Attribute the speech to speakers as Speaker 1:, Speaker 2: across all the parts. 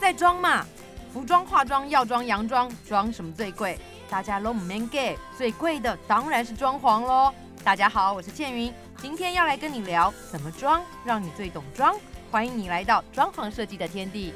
Speaker 1: 在装嘛。服装、化妆、药妆、洋装，装什么最贵？大家都唔 man gay，最贵的当然是装潢喽。大家好，我是倩云，今天要来跟你聊怎么装，让你最懂装。欢迎你来到装潢设计的天地。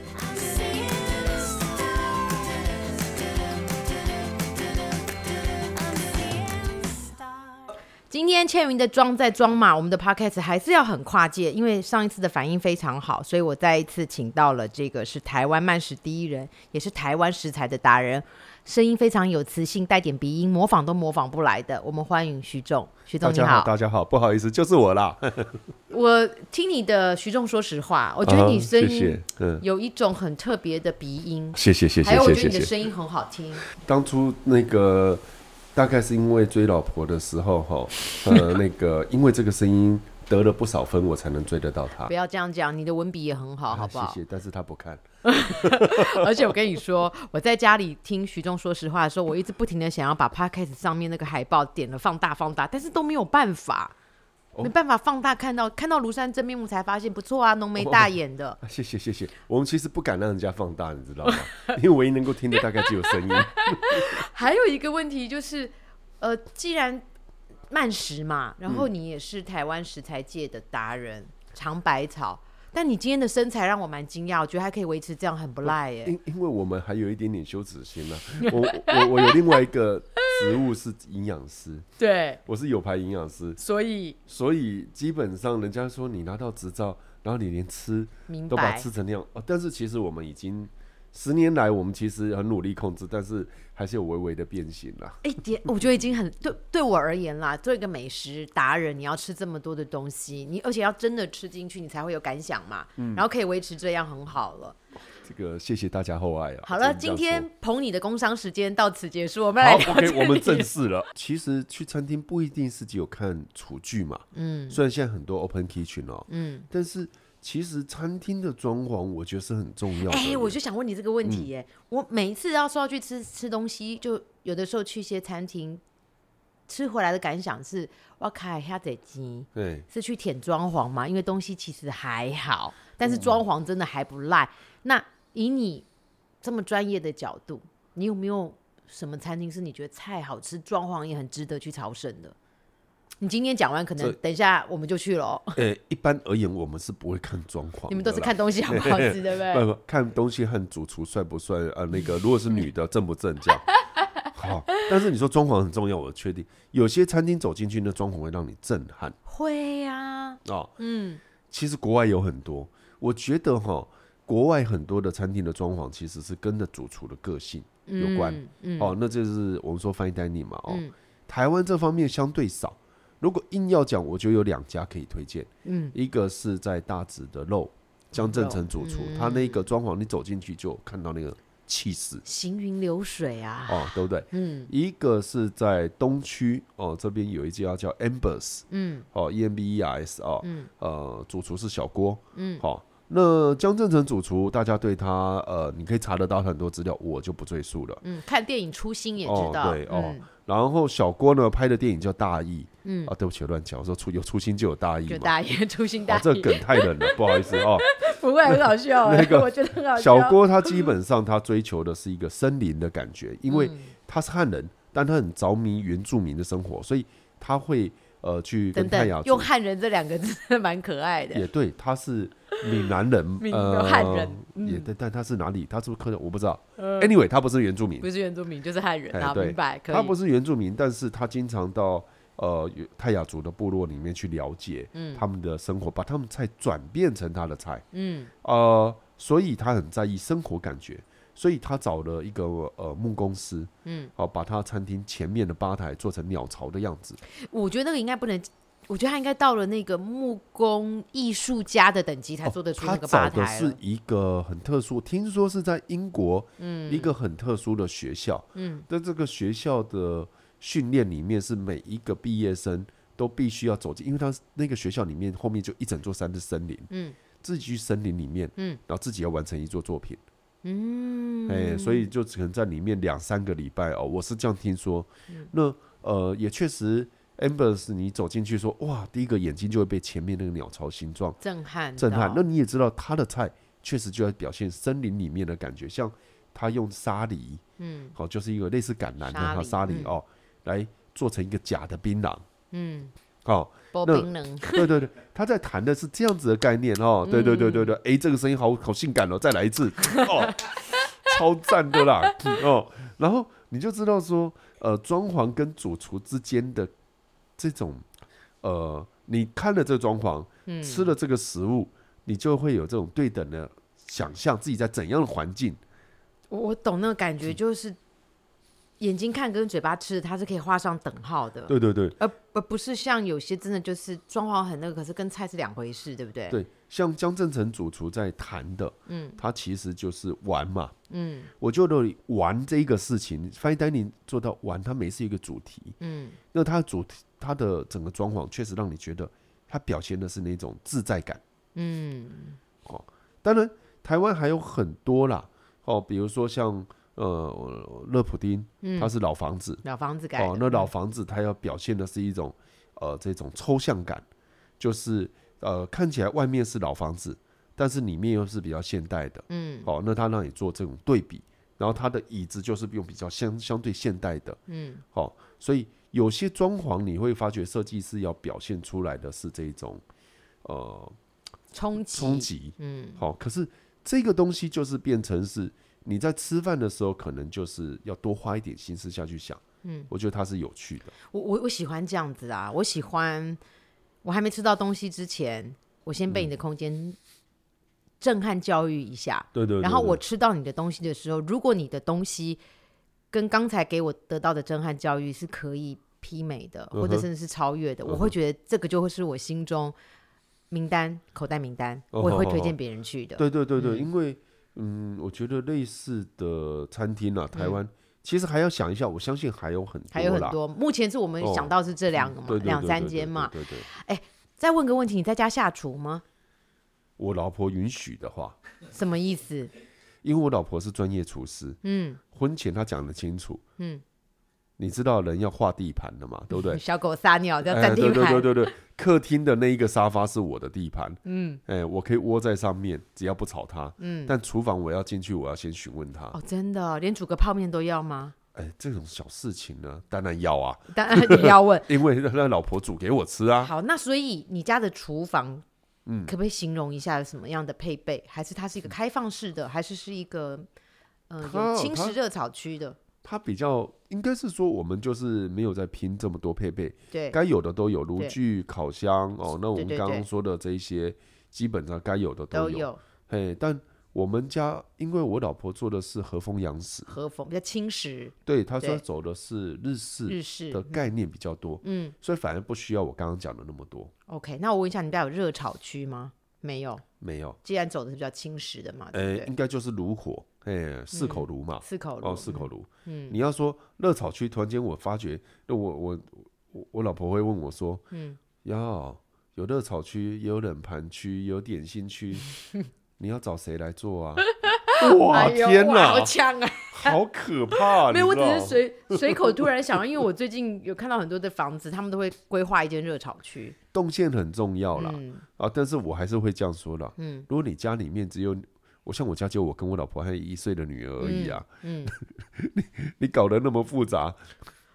Speaker 1: 今天倩云的装在装嘛，我们的 podcast 还是要很跨界，因为上一次的反应非常好，所以我再一次请到了这个是台湾慢食第一人，也是台湾食材的达人，声音非常有磁性，带点鼻音，模仿都模仿不来的。我们欢迎徐仲，徐
Speaker 2: 大
Speaker 1: 仲你
Speaker 2: 家
Speaker 1: 好。
Speaker 2: 大家好，不好意思，就是我啦。
Speaker 1: 我听你的徐仲说实话，我觉得你
Speaker 2: 啊
Speaker 1: 声
Speaker 2: 谢
Speaker 1: 音
Speaker 2: 谢，嗯，
Speaker 1: 有一种很特别的鼻音，
Speaker 2: 谢谢谢
Speaker 1: 还
Speaker 2: 谢
Speaker 1: 有我
Speaker 2: 谢
Speaker 1: 觉得
Speaker 2: 谢
Speaker 1: 你的
Speaker 2: 谢。
Speaker 1: 声音很好听。
Speaker 2: 当初那个大概是因为追老婆的时候哈， 呃，那个因为这个声音得了不少分，我才能追得到她
Speaker 1: 不。要这样讲，你的文笔也很好，
Speaker 2: 啊
Speaker 1: 好不好
Speaker 2: 谢？谢，但是她不看。
Speaker 1: 而且我跟你说，我在家里听徐仲说实话的时候，我一直不停的想要把 podcast 上面那个海报点了放大放大，但是都没有办法，
Speaker 2: 哦
Speaker 1: 没办法放大看到看到庐山真面目才发现不错啊，浓眉大眼 的。
Speaker 2: 啊谢谢谢谢，我们其实不敢让人家放大，你知道吗？ 因为唯一能够听的大概只有 声音。
Speaker 1: 还有一个问题就是，呃，既然慢食嘛，然后你也是台湾食材界的达人，尝百草。但你今天的身材让我蛮惊讶，我觉得还可以维持这样，很不赖耶。
Speaker 2: 因因为我们还有一点点羞耻心呢、啊我我我有另外一个职务是营养师，
Speaker 1: 对，
Speaker 2: 我是有牌营养师，
Speaker 1: 所以
Speaker 2: 所以基本上人家说你拿到执照，然后你连吃
Speaker 1: 明
Speaker 2: 都把它
Speaker 1: 白
Speaker 2: 吃成那样哦。但是其实我们已经十年来，我们其实很努力控制，但是还是有微微的变形啦。
Speaker 1: 一哎点，
Speaker 2: 嗯
Speaker 1: 我觉得已经很对对我而言啦。做一个美食达人，你要吃这么多的东西，你而且要真的吃进去，你才会有感想嘛。
Speaker 2: 嗯
Speaker 1: 然后可以维持这样，很好了。
Speaker 2: 这个谢谢大家厚爱啊。
Speaker 1: 好
Speaker 2: 只
Speaker 1: 了，
Speaker 2: 能这
Speaker 1: 今
Speaker 2: 样
Speaker 1: 天
Speaker 2: 说。
Speaker 1: 捧你的工商时间到此结束，我们来
Speaker 2: 好
Speaker 1: 聊
Speaker 2: ，OK，
Speaker 1: 这
Speaker 2: 我们
Speaker 1: 里
Speaker 2: 正式了。其实去餐厅不一定是只有看厨具嘛，嗯，虽然现在很多 open kitchen 哦，嗯，但是其实餐厅的装潢我觉得是很重要的。
Speaker 1: 哎、我就想问你这个问题耶、
Speaker 2: 嗯
Speaker 1: 我每一次要说要去吃吃东西，就有的时候去一些餐厅，吃回来的感想是，我卡一下这鸡
Speaker 2: 对，
Speaker 1: 是去舔装潢嘛，因为东西其实还好，但是
Speaker 2: 嗯
Speaker 1: 装潢真的还不赖、那以你这么专业的角度，你有没有什么餐厅是你觉得菜好吃，装潢也很值得去朝圣的？你今天讲完，可能
Speaker 2: 这
Speaker 1: 等一下我们就去了哦、
Speaker 2: 呃，一般而言我们是不会看装潢的啦，
Speaker 1: 你们都是看东西好不好吃，对不 对？
Speaker 2: 不不，看东西和主厨帅不帅，呃，那个如果是女的正不正这样。好，但是你说装潢很重要，我确定有些餐厅走进去，那装潢会让你震撼
Speaker 1: 会啊呀、
Speaker 2: 哦。嗯，其实国外有很多，我觉得哈，国外很多的餐厅的装潢其实是跟着主厨的个性有关。
Speaker 1: 嗯嗯
Speaker 2: 哦，那就是我们说 fine dining 嘛，哦，
Speaker 1: 嗯
Speaker 2: 台湾这方面相对少。如果硬要讲，我觉得有两家可以推荐，
Speaker 1: 嗯，
Speaker 2: 一个是在大直的肉江正成主
Speaker 1: 嗯
Speaker 2: 厨，他那个装潢你走进去就看到那个气势
Speaker 1: 行云流水啊，
Speaker 2: 哦，对不对？
Speaker 1: 嗯
Speaker 2: 一个是在东区哦，这边有一家叫 Embers
Speaker 1: 嗯
Speaker 2: 哦，E M B E R S 哦，
Speaker 1: 嗯
Speaker 2: 呃，主厨是小郭，
Speaker 1: 嗯，
Speaker 2: 好、那江正成主厨，大家对他呃，你可以查得到很多资料，我就不赘述了。
Speaker 1: 嗯，看电影初心也知道，
Speaker 2: 哦对哦
Speaker 1: 嗯
Speaker 2: 然后小郭呢拍的电影叫《大义》，
Speaker 1: 嗯
Speaker 2: 啊，对不起，乱讲，我说出有初心就有大义
Speaker 1: 就
Speaker 2: 嘛。
Speaker 1: 大爷初心大
Speaker 2: 啊，
Speaker 1: 意，
Speaker 2: 这个梗太冷了， 不好意思哦。
Speaker 1: 不会很好笑哎、
Speaker 2: 那个
Speaker 1: 我觉得很好笑。
Speaker 2: 小郭他基本上他追求的是一个森林的感觉，因为
Speaker 1: 嗯
Speaker 2: 他是汉人，但他很着迷原住民的生活，所以他会呃去跟
Speaker 1: 等
Speaker 2: 泰雅
Speaker 1: 等，
Speaker 2: 族
Speaker 1: 用。汉人这两个字 蛮可爱的，
Speaker 2: 也对，他是闽南人
Speaker 1: 闽，
Speaker 2: 呃，
Speaker 1: 汉人嗯
Speaker 2: 也对，但他是哪里？他是不是客人？我不知道。Anyway，他不是原住民，
Speaker 1: 不是原住民就是汉人
Speaker 2: 哎
Speaker 1: 啊，
Speaker 2: 对
Speaker 1: 明白？可以，
Speaker 2: 他不是原住民，但是他经常到呃有泰雅族的部落里面去了解他们的生活，把他们菜转变成他的菜，
Speaker 1: 嗯
Speaker 2: 呃，所以他很在意生活感觉，所以他找了一个呃木工师，
Speaker 1: 嗯，
Speaker 2: 好、把他餐厅前面的吧台做成鸟巢的样子，
Speaker 1: 我觉得那个应该不能。我觉得他应该到了那个木工艺术家的等级才做得出
Speaker 2: 哦他
Speaker 1: 那个吧
Speaker 2: 找的
Speaker 1: 台
Speaker 2: 是
Speaker 1: 了。
Speaker 2: 一个很特殊，听说是在英国，嗯，一个很特殊的学校，嗯，在这个学校的训练里面，是每一个毕业生都必须要走进，因为他那个学校里面后面就一整座山的森林，
Speaker 1: 嗯，
Speaker 2: 自己去森林里面，
Speaker 1: 嗯，
Speaker 2: 然后自己要完成一座作品，
Speaker 1: 嗯，
Speaker 2: 哎、所以就只能在里面两三个礼拜哦，我是这样听说，
Speaker 1: 嗯
Speaker 2: 那呃也确实。Ambers，你走进去说哇，第一个眼睛就会被前面那个鸟巢形状
Speaker 1: 震撼到，哦
Speaker 2: 震撼。那你也知道他的菜确实就在表现森林里面的感觉，像他用沙梨，嗯，好、就是一个类似橄榄的
Speaker 1: 沙
Speaker 2: 哈
Speaker 1: 梨
Speaker 2: 沙梨
Speaker 1: 嗯
Speaker 2: 哦，来做成一个假的槟榔，嗯，哦，
Speaker 1: 波
Speaker 2: 那
Speaker 1: 冰冷，
Speaker 2: 对对对，他在谈的是这样子的概念哦，对对对对对，诶，这个声音好好性感哦，再来一次哦，超赞的啦、嗯哦，然后你就知道说，呃，装潢跟主厨之间的这种，呃，你看了这装潢，吃了这个食物，你就会有这种对等的想象，自己在怎样的环境，
Speaker 1: 我我懂那个感
Speaker 2: 嗯
Speaker 1: 觉，就是眼睛看跟嘴巴吃，它是可以画上等号的，
Speaker 2: 对对对，
Speaker 1: 而而不是像有些真的就是装潢很那个，可是跟菜是两回事，对不对？
Speaker 2: 对，像江正成主厨在谈的，嗯，他其实就是玩嘛，嗯，我觉得玩这个事情，fine dining 做到玩，它每次有一个主题，嗯，那它的主题，它的整个装潢确实让你觉得它表现的是那种自在感，嗯，哦，当然台湾还有很多啦，哦，比如说像呃乐普丁，它是老房子，
Speaker 1: 老房子改嗯
Speaker 2: 哦，
Speaker 1: 的
Speaker 2: 那老房子它要表现的是一种呃这种抽象感，就是呃看起来外面是老房子，但是里面又是比较现代的。嗯，哦，那它让你做这种对比，然后它的椅子就是用比较相相对现代的。嗯，好、所以有些装潢你会发觉设计师要表现出来的是这一种呃
Speaker 1: 冲击，
Speaker 2: 冲击。嗯，好、可是这个东西就是变成是。你在吃饭的时候，可能就是要多花一点心思下去想。嗯，我觉得它是有趣的。
Speaker 1: 我我我喜欢这样子啊，我喜欢我还没吃到东西之前，我先
Speaker 2: 嗯
Speaker 1: 被你的空间震撼教育一下，
Speaker 2: 对对对
Speaker 1: 然后
Speaker 2: 对
Speaker 1: 我吃到你的东西的时候，如果你的东西跟刚才给我得到的震撼教育是可以媲美的，
Speaker 2: 嗯哼嗯
Speaker 1: 或者甚至是超越的，我会觉得这个就会是我心中名单口袋名单，
Speaker 2: 哦
Speaker 1: 我也会
Speaker 2: 好
Speaker 1: 推荐
Speaker 2: 好
Speaker 1: 别人去的。
Speaker 2: 对对对对，因为嗯，我觉得类似的餐厅啊，台湾、其实还要想一下，我相信还有很多
Speaker 1: 嗯
Speaker 2: 啦，
Speaker 1: 还有很多，目前是我们
Speaker 2: 哦
Speaker 1: 想到是这两个嘛，
Speaker 2: 对对对
Speaker 1: 两
Speaker 2: 对
Speaker 1: 三
Speaker 2: 对
Speaker 1: 间嘛。
Speaker 2: 对对对对
Speaker 1: 再问个问题，你在家下厨吗？
Speaker 2: 我老婆允许的话，
Speaker 1: 什么意思？
Speaker 2: 因为我老婆是专业厨师，
Speaker 1: 嗯，
Speaker 2: 婚前她讲得清楚，嗯，你知道人要画地盘的嘛，对不 对？
Speaker 1: 小狗撒尿叫
Speaker 2: 哎，
Speaker 1: 占地
Speaker 2: 对
Speaker 1: 盘，
Speaker 2: 对对对对，客厅的那一个沙发是我的地盘，嗯，哎，我可以窝在上面，只要不吵她，嗯，但厨房我要进去，我要先询问她，
Speaker 1: 哦，真的哦，连煮个泡面都要吗？
Speaker 2: 哎，这种小事情呢，当然要啊，
Speaker 1: 当然也要问。
Speaker 2: 因为让让老婆煮给我吃啊，
Speaker 1: 好，那所以你家的厨房，嗯，可不可以形容一下有什么样的配备？还是它是一个
Speaker 2: 嗯
Speaker 1: 开放式的，还是是一个呃
Speaker 2: 它
Speaker 1: 有青
Speaker 2: 哦它
Speaker 1: 石热炒区的？
Speaker 2: 它比较应该是说我们就是没有在拼这么多配备，
Speaker 1: 对，
Speaker 2: 该有的都有，炉
Speaker 1: 对
Speaker 2: 具、烤箱哦。那我
Speaker 1: 对
Speaker 2: 们
Speaker 1: 对
Speaker 2: 刚
Speaker 1: 对
Speaker 2: 刚说的这一些，基本上该有的
Speaker 1: 都
Speaker 2: 有。
Speaker 1: 有
Speaker 2: 嘿，但我们家因为我老婆做的是和风洋食，
Speaker 1: 和风，比较轻食、
Speaker 2: 对，她说
Speaker 1: 对嗯
Speaker 2: 走的是日式
Speaker 1: 日式
Speaker 2: 的。概念比较多，嗯，所以反而不需要我刚刚讲的那么多。
Speaker 1: OK，那我问一下，你们家有热炒区吗？没有，
Speaker 2: 没有，
Speaker 1: 既然走的是比较轻食的嘛，对
Speaker 2: 呃
Speaker 1: 不，啊对？嗯
Speaker 2: 应该就是炉火，哎，四口炉嘛，
Speaker 1: 四口
Speaker 2: 哦，
Speaker 1: 炉，
Speaker 2: 四口炉。嗯，你要说热炒区，突然间我发觉，那我我我我老婆会问我说，嗯，要有热炒区，也有冷盘区，也有点 心区，你要找谁来做啊？哇，
Speaker 1: 哎呦
Speaker 2: 天
Speaker 1: 哇好
Speaker 2: 哪，
Speaker 1: 呛啊！
Speaker 2: 好可怕啊！
Speaker 1: 没有，
Speaker 2: 你
Speaker 1: 我
Speaker 2: 知
Speaker 1: 只
Speaker 2: 道
Speaker 1: 是 随随口突然想到，因为我最近有看到很多的房子，他们都会规划一间热炒区。
Speaker 2: 动线很重要啦、
Speaker 1: 嗯，
Speaker 2: 啊，但是我还是会这样说啦，嗯，如果你家里面只有我像我家只有我跟我老婆还有一岁的女儿而已啊，
Speaker 1: 嗯
Speaker 2: 你你搞得那么复杂，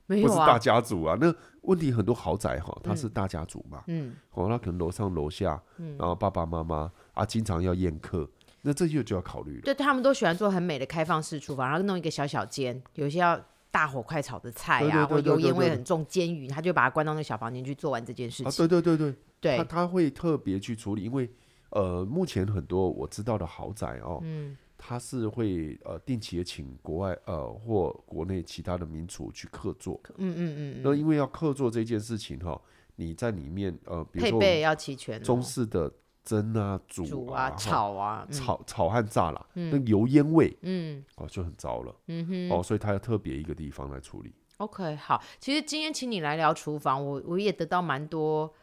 Speaker 1: 没
Speaker 2: 不
Speaker 1: 有
Speaker 2: 是大
Speaker 1: 啊，
Speaker 2: 家族啊。那问题很多豪宅哈，它是大家族嘛，
Speaker 1: 嗯，
Speaker 2: 哦，那可能楼上楼下，然后爸爸妈妈啊，经常要宴客，那这就就要考虑了。
Speaker 1: 对他们都喜欢做很美的开放式厨房，然后弄一个小小间，有一些要大火快炒的菜
Speaker 2: 对
Speaker 1: 啊，
Speaker 2: 对
Speaker 1: 或
Speaker 2: 对
Speaker 1: 油
Speaker 2: 对对
Speaker 1: 烟味
Speaker 2: 对
Speaker 1: 很重煎鱼，他就把它关到那个小房间去做完这件事
Speaker 2: 啊，
Speaker 1: 情。
Speaker 2: 对对对对，他
Speaker 1: 对，
Speaker 2: 他会特别去处理，因为呃，目前很多我知道的豪宅哦，嗯，他是会呃定期的请国外呃或国内其他的名厨去客座，
Speaker 1: 嗯嗯嗯
Speaker 2: 那因为要客座这件事情哈、你在里面呃，比
Speaker 1: 嗯，
Speaker 2: 如
Speaker 1: 配
Speaker 2: 说我们
Speaker 1: 备要齐全哦，
Speaker 2: 中式的蒸啊、煮
Speaker 1: 煮
Speaker 2: 啊、
Speaker 1: 啊、
Speaker 2: 哈
Speaker 1: 炒啊，嗯
Speaker 2: 炒炒和炸啦，那油烟味，
Speaker 1: 嗯，
Speaker 2: 哦就很糟了，嗯哼，哦，所以它要特别一个地方来处理。
Speaker 1: OK，好，其实今天请你来聊厨房，我我也得到蛮多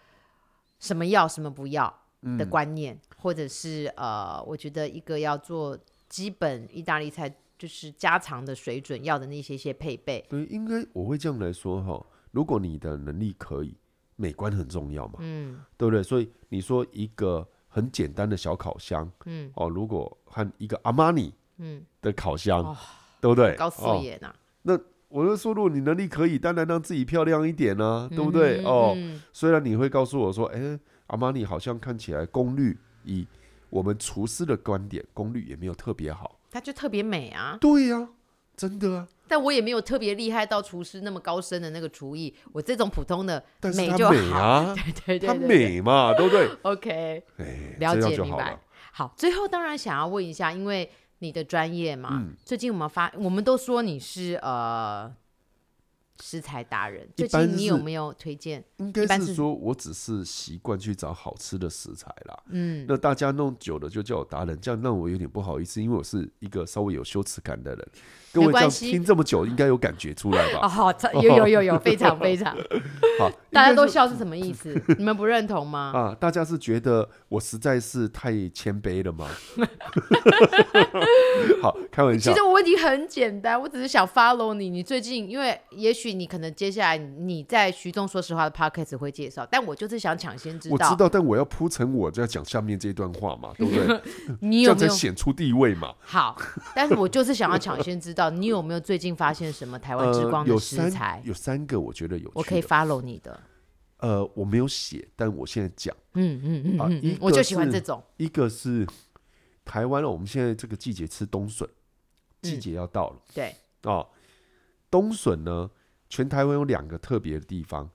Speaker 1: 什么要什么不要
Speaker 2: 嗯
Speaker 1: 的观念，或者是呃，我觉得一个要做基本意大利菜就是家常的水准要的那些些配备，
Speaker 2: 对，应该我会这样来说哈、如果你的能力可以，美观很重要嘛，嗯，对不对？所以你说一个很简单的小烤箱，嗯，哦，如果和一个阿玛尼，嗯的烤箱，
Speaker 1: 哦
Speaker 2: 对不对？
Speaker 1: 高
Speaker 2: 哦
Speaker 1: 素颜呐，
Speaker 2: 我就说，如果你能力可以，当然让自己漂亮一点啊，对不对？
Speaker 1: 嗯
Speaker 2: 哦，虽然你会告诉我说，哎，阿玛尼好像看起来功率以我们厨师的观点，功率也没有特别好。
Speaker 1: 她就特别美啊。
Speaker 2: 对呀、真的啊，
Speaker 1: 但我也没有特别厉害到厨师那么高深的那个厨艺，我这种普通的
Speaker 2: 但是
Speaker 1: 美
Speaker 2: 她
Speaker 1: 就
Speaker 2: 美
Speaker 1: 好。
Speaker 2: 啊，
Speaker 1: 对对
Speaker 2: 她
Speaker 1: 对对
Speaker 2: 美嘛，对不对？
Speaker 1: OK，
Speaker 2: 哎，
Speaker 1: 了
Speaker 2: 这样
Speaker 1: 解
Speaker 2: 就
Speaker 1: 明
Speaker 2: 好
Speaker 1: 白
Speaker 2: 了。
Speaker 1: 好。最后当然想要问一下，因为你的专业嘛，
Speaker 2: 嗯
Speaker 1: 最近我们发，我们都说你是呃食材达人，
Speaker 2: 一
Speaker 1: 最
Speaker 2: 般
Speaker 1: 近你有
Speaker 2: 是
Speaker 1: 没有推荐？
Speaker 2: 应
Speaker 1: 一
Speaker 2: 该
Speaker 1: 般
Speaker 2: 是
Speaker 1: 是
Speaker 2: 说，我只是习惯去找好吃的食材啦。
Speaker 1: 嗯，
Speaker 2: 那大家弄久了就叫我达人，这样让我有点不好意思，因为我是一个稍微有羞耻感的人。各
Speaker 1: 没
Speaker 2: 位这样
Speaker 1: 关系
Speaker 2: 听这么久，应该有感觉出来吧？
Speaker 1: 哦， 好，这有有有有，非常非常，
Speaker 2: 好，
Speaker 1: 大家
Speaker 2: 应该
Speaker 1: 都
Speaker 2: 是
Speaker 1: 笑是什么意思？你们不认同吗？
Speaker 2: 啊，大家是觉得我实在是太谦卑 了吗？好，开玩笑
Speaker 1: 其实。我问题很简单，我只是想 follow 你。你最近，因为也许你可能接下来你在徐仲说实话的 podcast 会介绍，但我就是想抢先知
Speaker 2: 我
Speaker 1: 道
Speaker 2: 知道，但我要铺陈，我就要讲下面这段话 嘛，对不对？
Speaker 1: 你有
Speaker 2: 这样
Speaker 1: 没
Speaker 2: 才
Speaker 1: 有
Speaker 2: 显出地位嘛。
Speaker 1: 好，但是我就是想要抢先知道你有没有最近发现什么台湾之
Speaker 2: 呃
Speaker 1: 光，的
Speaker 2: 有
Speaker 1: 食
Speaker 2: 三
Speaker 1: 材，
Speaker 2: 有三个，我觉得有
Speaker 1: 我可
Speaker 2: 趣
Speaker 1: 以
Speaker 2: 的。
Speaker 1: follow 你的。
Speaker 2: 呃，我没有写，但我现在讲
Speaker 1: 嗯嗯嗯
Speaker 2: 啊
Speaker 1: 嗯，
Speaker 2: 一
Speaker 1: 嗯，我
Speaker 2: 个
Speaker 1: 就喜欢
Speaker 2: 是
Speaker 1: 这种。
Speaker 2: 一个是台湾，哦我们现在这个季节吃冬笋，季
Speaker 1: 嗯
Speaker 2: 节要到了。
Speaker 1: 对，
Speaker 2: 哦，冬笋呢，全台湾有两个特别的地方，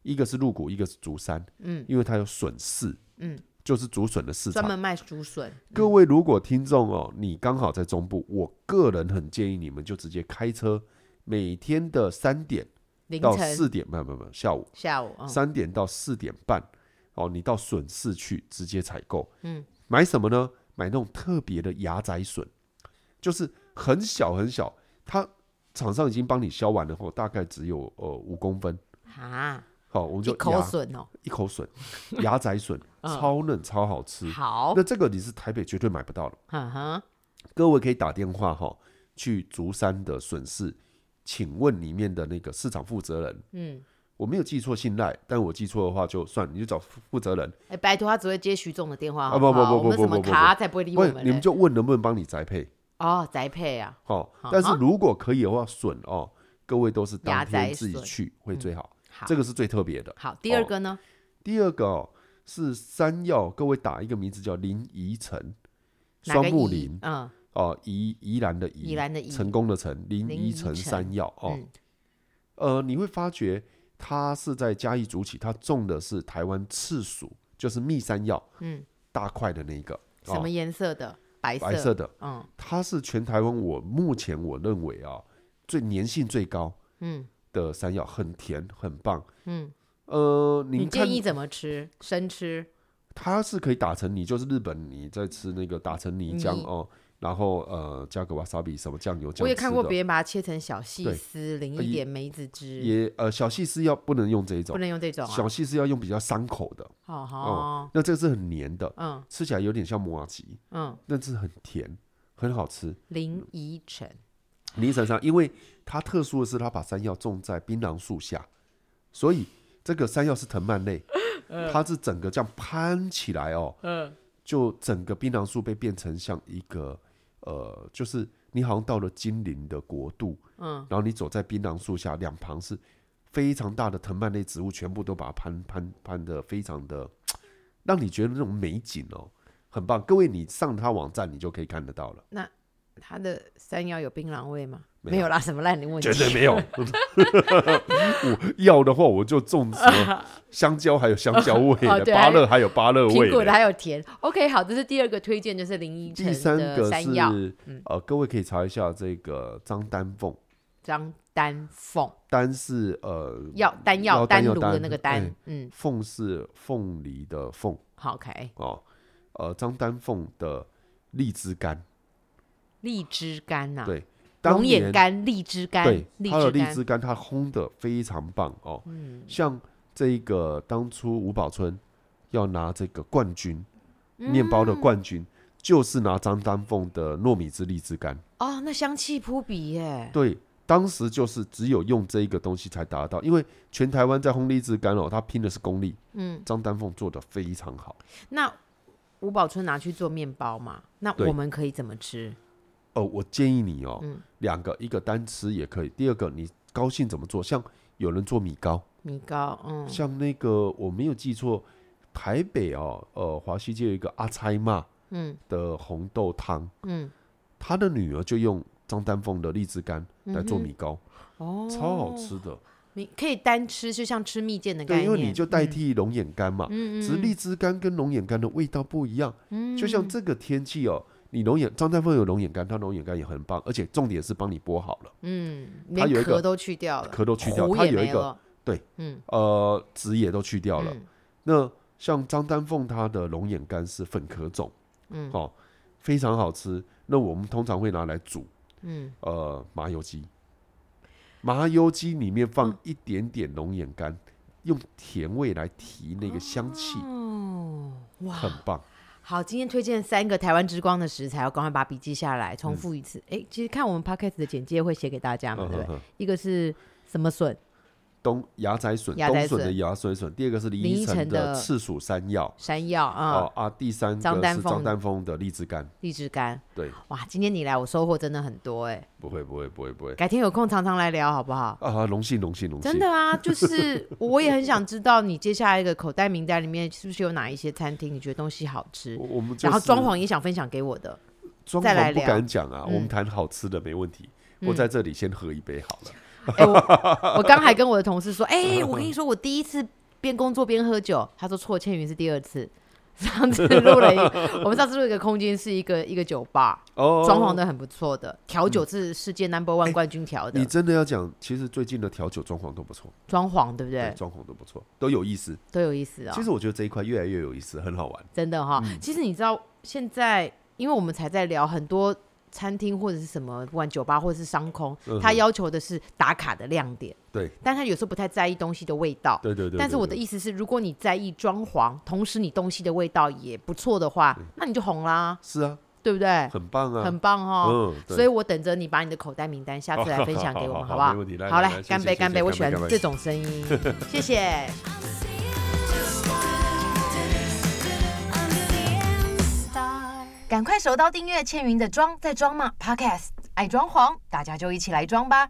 Speaker 2: 一个是鹿谷，一个是竹山，
Speaker 1: 嗯，
Speaker 2: 因为它有笋市，
Speaker 1: 嗯，
Speaker 2: 就是竹笋的市
Speaker 1: 专
Speaker 2: 场。
Speaker 1: 门卖竹笋。
Speaker 2: 各位如果听众哦，你刚好在中部，我个人很建议你们就直接开车，每天的三点
Speaker 1: 凌
Speaker 2: 到
Speaker 1: 晨
Speaker 2: 四点，没有没有没有，下午
Speaker 1: 下午，嗯
Speaker 2: 三点到四点半，哦，你到笋市去直接采购，
Speaker 1: 嗯，
Speaker 2: 买什么呢？买那种特别的芽仔笋，就是很小很小，它厂商已经帮你削完了后，大概只有呃五公分，
Speaker 1: 啊，
Speaker 2: 好，我们
Speaker 1: 一
Speaker 2: 就
Speaker 1: 口
Speaker 2: 芽
Speaker 1: 笋哦，
Speaker 2: 一口笋，芽仔笋
Speaker 1: 嗯
Speaker 2: 超嫩超好吃。
Speaker 1: 好
Speaker 2: 那，这个你是台北绝对买不到的，
Speaker 1: 嗯哼，
Speaker 2: 各位可以打电话哈、去竹山的笋市，请问里面的那个市场负责人，
Speaker 1: 嗯，
Speaker 2: 我没有记错信赖，但我记错的话就算，你就找负负责人。
Speaker 1: 哎，拜托他只会接徐总的电话，
Speaker 2: 啊
Speaker 1: 好好
Speaker 2: 不不不
Speaker 1: 我们
Speaker 2: 不
Speaker 1: 什
Speaker 2: 不
Speaker 1: 么
Speaker 2: 不
Speaker 1: 卡才不会理我
Speaker 2: 喂，
Speaker 1: 们
Speaker 2: 你们
Speaker 1: 嘞。
Speaker 2: 就问能不能帮你宅配
Speaker 1: 哦，宅配啊，
Speaker 2: 哦
Speaker 1: 好。
Speaker 2: 但是如果可以的话，笋哦，各位都是当
Speaker 1: 芽
Speaker 2: 天
Speaker 1: 仔
Speaker 2: 自己
Speaker 1: 笋
Speaker 2: 去会最好，
Speaker 1: 嗯好，
Speaker 2: 这个哦是最特别的。
Speaker 1: 好，第二个呢？
Speaker 2: 第二个哦是山药，各位打一个名字叫林宜城，
Speaker 1: 哪个
Speaker 2: 双木
Speaker 1: 宜
Speaker 2: 林
Speaker 1: 嗯，
Speaker 2: 哦，宜宜兰的宜，
Speaker 1: 宜兰的宜
Speaker 2: 成功的成，林
Speaker 1: 林
Speaker 2: 宜
Speaker 1: 宜
Speaker 2: 城
Speaker 1: 城
Speaker 2: 山药哦。
Speaker 1: 嗯
Speaker 2: 呃，你会发觉它是在嘉义竹起，它种的是台湾赤薯，就是蜜山药，
Speaker 1: 嗯，
Speaker 2: 大块的那一个，
Speaker 1: 什么
Speaker 2: 哦、
Speaker 1: 颜色的？白
Speaker 2: 白色的，
Speaker 1: 嗯
Speaker 2: 它是全台湾我目前我认为啊最粘性最高
Speaker 1: 嗯
Speaker 2: 的山药，很甜很棒。
Speaker 1: 嗯，
Speaker 2: 呃，
Speaker 1: 你
Speaker 2: 您看
Speaker 1: 建议怎么吃？生吃？
Speaker 2: 它是可以打成泥，就是日本你在吃那个打成泥浆
Speaker 1: 泥
Speaker 2: 哦，然后呃加个瓦萨比什么酱油酱，
Speaker 1: 我也看过别人把它切成小细
Speaker 2: 对
Speaker 1: 丝，淋
Speaker 2: 呃
Speaker 1: 一点梅子汁，
Speaker 2: 也呃小细丝要不能用这一
Speaker 1: 不
Speaker 2: 种，
Speaker 1: 能用这种啊
Speaker 2: 小。细丝要用比较伤口的，
Speaker 1: 好
Speaker 2: 哦
Speaker 1: 好，
Speaker 2: 那这个是很黏的，
Speaker 1: 嗯
Speaker 2: 吃起来有点像摩拉吉，
Speaker 1: 嗯，
Speaker 2: 但是很甜，很好吃。
Speaker 1: 林依晨，
Speaker 2: 林神山，因为它特殊的是，它把山药种在槟榔树下，所以这个山药是藤蔓类，它是整个这样攀起来哦，
Speaker 1: 嗯，
Speaker 2: 就整个槟榔树被变成像一个呃，就是你好像到了精灵的国度，
Speaker 1: 嗯，
Speaker 2: 然后你走在槟榔树下，两旁是非常大的藤蔓类植物，全部都把它攀攀攀的非常的，让你觉得那种美景哦，很棒。各位，你上它网站你就可以看得到了，
Speaker 1: 他的山药有槟榔味吗？
Speaker 2: 没
Speaker 1: 没有啦，什么烂的问题
Speaker 2: 绝？对没有。我要的话，我就种什么香蕉，还有香蕉味
Speaker 1: 哦
Speaker 2: 的，
Speaker 1: 对
Speaker 2: 芭乐还有芭乐味
Speaker 1: 苹果的
Speaker 2: 的。
Speaker 1: 还有甜。OK，好，这是第二个推荐，就是林依晨
Speaker 2: 第三
Speaker 1: 的
Speaker 2: 个
Speaker 1: 山药嗯
Speaker 2: 是呃，各位可以查一下这个张丹凤，
Speaker 1: 张丹凤
Speaker 2: 丹是呃
Speaker 1: 药丹药
Speaker 2: 药丹
Speaker 1: 丹
Speaker 2: 药
Speaker 1: 炉的
Speaker 2: 丹
Speaker 1: 那个
Speaker 2: 哎
Speaker 1: 丹，嗯，
Speaker 2: 凤是凤梨的凤
Speaker 1: 好，OK，
Speaker 2: 哦，呃张丹凤的荔枝干，
Speaker 1: 荔枝干呐，
Speaker 2: 对当
Speaker 1: 龙眼
Speaker 2: 年
Speaker 1: 干、荔枝干
Speaker 2: 对、
Speaker 1: 荔
Speaker 2: 它的
Speaker 1: 枝
Speaker 2: 荔
Speaker 1: 干，
Speaker 2: 枝干，它烘的非常棒哦。像这个当初吴宝春要拿这个冠军，面包的冠军。就是拿张丹凤的糯米汁荔枝干，
Speaker 1: 哦，那香气扑鼻耶。
Speaker 2: 对，当时就是只有用这一个东西才达到，因为全台湾在烘荔枝干哦，它拼的是功力，
Speaker 1: 嗯，
Speaker 2: 张丹凤做的非常好，
Speaker 1: 那五宝春拿去做面包嘛，那
Speaker 2: 对
Speaker 1: 我们可以怎么吃？
Speaker 2: 哦，我建议你哦，两个，一个单吃也可以，第二个你高兴怎么做？像有人做米糕，
Speaker 1: 米糕，嗯，
Speaker 2: 像那个我没有记错，台北哦，呃，华西街有一个阿猜嘛，嗯，的红豆汤，嗯，他的女儿就用张丹凤的荔枝干来做米糕，
Speaker 1: 哦，
Speaker 2: 超好吃的。
Speaker 1: 你可以单吃，就像吃蜜饯的概
Speaker 2: 对，
Speaker 1: 念，
Speaker 2: 因为你就代替龙眼干嘛，只是荔枝干跟龙眼干的味道不一样。就像这个天气哦，你龙眼张丹凤有龙眼干，它龙眼干也很棒，而且重点是帮你剥好了，它
Speaker 1: 连
Speaker 2: 有一个
Speaker 1: 壳都去掉了，
Speaker 2: 壳都去掉，
Speaker 1: 核
Speaker 2: 它
Speaker 1: 也
Speaker 2: 有一
Speaker 1: 没
Speaker 2: 个
Speaker 1: 了，
Speaker 2: 呃，籽也都去掉了。
Speaker 1: 嗯
Speaker 2: 那像张丹凤它的龙眼干是粉壳种，嗯，哦，非常好吃。那我们通常会拿来煮，嗯，呃，麻油鸡，麻油鸡里面放一点点龙眼干，用甜味来提那个香气，
Speaker 1: 哦哇，
Speaker 2: 很棒。
Speaker 1: 好，今天推荐三个台湾之光的食材，我赶快把笔记下来，重复一次。哎、其实看我们 podcast 的简介会写给大家嘛，
Speaker 2: 嗯
Speaker 1: 对不
Speaker 2: 哼
Speaker 1: 对？
Speaker 2: 哼，
Speaker 1: 一个是什么笋？
Speaker 2: 东芽仔笋，
Speaker 1: 芽
Speaker 2: 冬
Speaker 1: 仔
Speaker 2: 笋的
Speaker 1: 笋
Speaker 2: 芽水笋，第二个是林
Speaker 1: 林依
Speaker 2: 依晨
Speaker 1: 晨
Speaker 2: 的
Speaker 1: 的
Speaker 2: 赤薯山药，
Speaker 1: 山药啊，
Speaker 2: 哦啊，第三
Speaker 1: 张
Speaker 2: 个
Speaker 1: 丹
Speaker 2: 是
Speaker 1: 凤
Speaker 2: 张丹凤的荔枝干，
Speaker 1: 荔枝干。
Speaker 2: 对，
Speaker 1: 哇，今天你来，我收获真的很多哎、
Speaker 2: 不会不会不会不会
Speaker 1: 改天有空常常来聊好不好？
Speaker 2: 啊，荣幸荣幸荣幸，
Speaker 1: 真的啊， 就是我也很想知道你接下来一个口袋名单里面是不是有哪一些餐厅你觉得东西好吃，
Speaker 2: 我我们就是
Speaker 1: 然后装潢也想分享给我 的。
Speaker 2: 装
Speaker 1: 再来
Speaker 2: 潢不
Speaker 1: 聊嗯
Speaker 2: 敢讲啊，我们谈好吃的没问题。我在这里先喝一杯好了。
Speaker 1: 哎、我我刚还跟我的同事说，哎、我跟你说，我第一次边工作边喝酒，他说错，千云是第二次。上次录了一， 我们上次录一个空间是一个一个酒吧，
Speaker 2: 哦嗯哎
Speaker 1: 装潢的很不错的，调酒是世界 number one 冠军调
Speaker 2: 你
Speaker 1: 的，
Speaker 2: 真的要讲，其实最近的调酒装潢都不错，
Speaker 1: 装潢对不对？
Speaker 2: 装潢都不错，都有意思。
Speaker 1: 都有意思啊、
Speaker 2: 其实我觉得这一块越来越有意思，很好玩。
Speaker 1: 真的哈、
Speaker 2: 嗯
Speaker 1: 其实你知道现在，因为我们才在聊很多餐厅或者是什么，不管酒吧或者是商空，
Speaker 2: 嗯哼
Speaker 1: 他要求的是打卡的亮点，
Speaker 2: 对，
Speaker 1: 但他有时候不太在意东西的味道，
Speaker 2: 对对对。
Speaker 1: 但是
Speaker 2: 对
Speaker 1: 我的
Speaker 2: 对
Speaker 1: 意思是，如果你在意装潢，同时你东西的味道也不错的话，那你就红啦，
Speaker 2: 是啊，
Speaker 1: 对不对？
Speaker 2: 嗯很棒啊，
Speaker 1: 很棒哦。
Speaker 2: 嗯，对
Speaker 1: 所以我等着你把你的口袋名单下次 来分享给我们，好
Speaker 2: 好好好
Speaker 1: 不好
Speaker 2: 没问题来？
Speaker 1: 好
Speaker 2: 来
Speaker 1: 嘞
Speaker 2: 来，
Speaker 1: 干
Speaker 2: 谢谢
Speaker 1: 杯，
Speaker 2: 谢谢
Speaker 1: 干杯！
Speaker 2: 干
Speaker 1: 我
Speaker 2: 杯
Speaker 1: 喜欢
Speaker 2: 干杯
Speaker 1: 这种声音，谢谢。赶快手刀订阅倩云的装在装嘛 Podcast，爱装潢，大家就一起来装吧！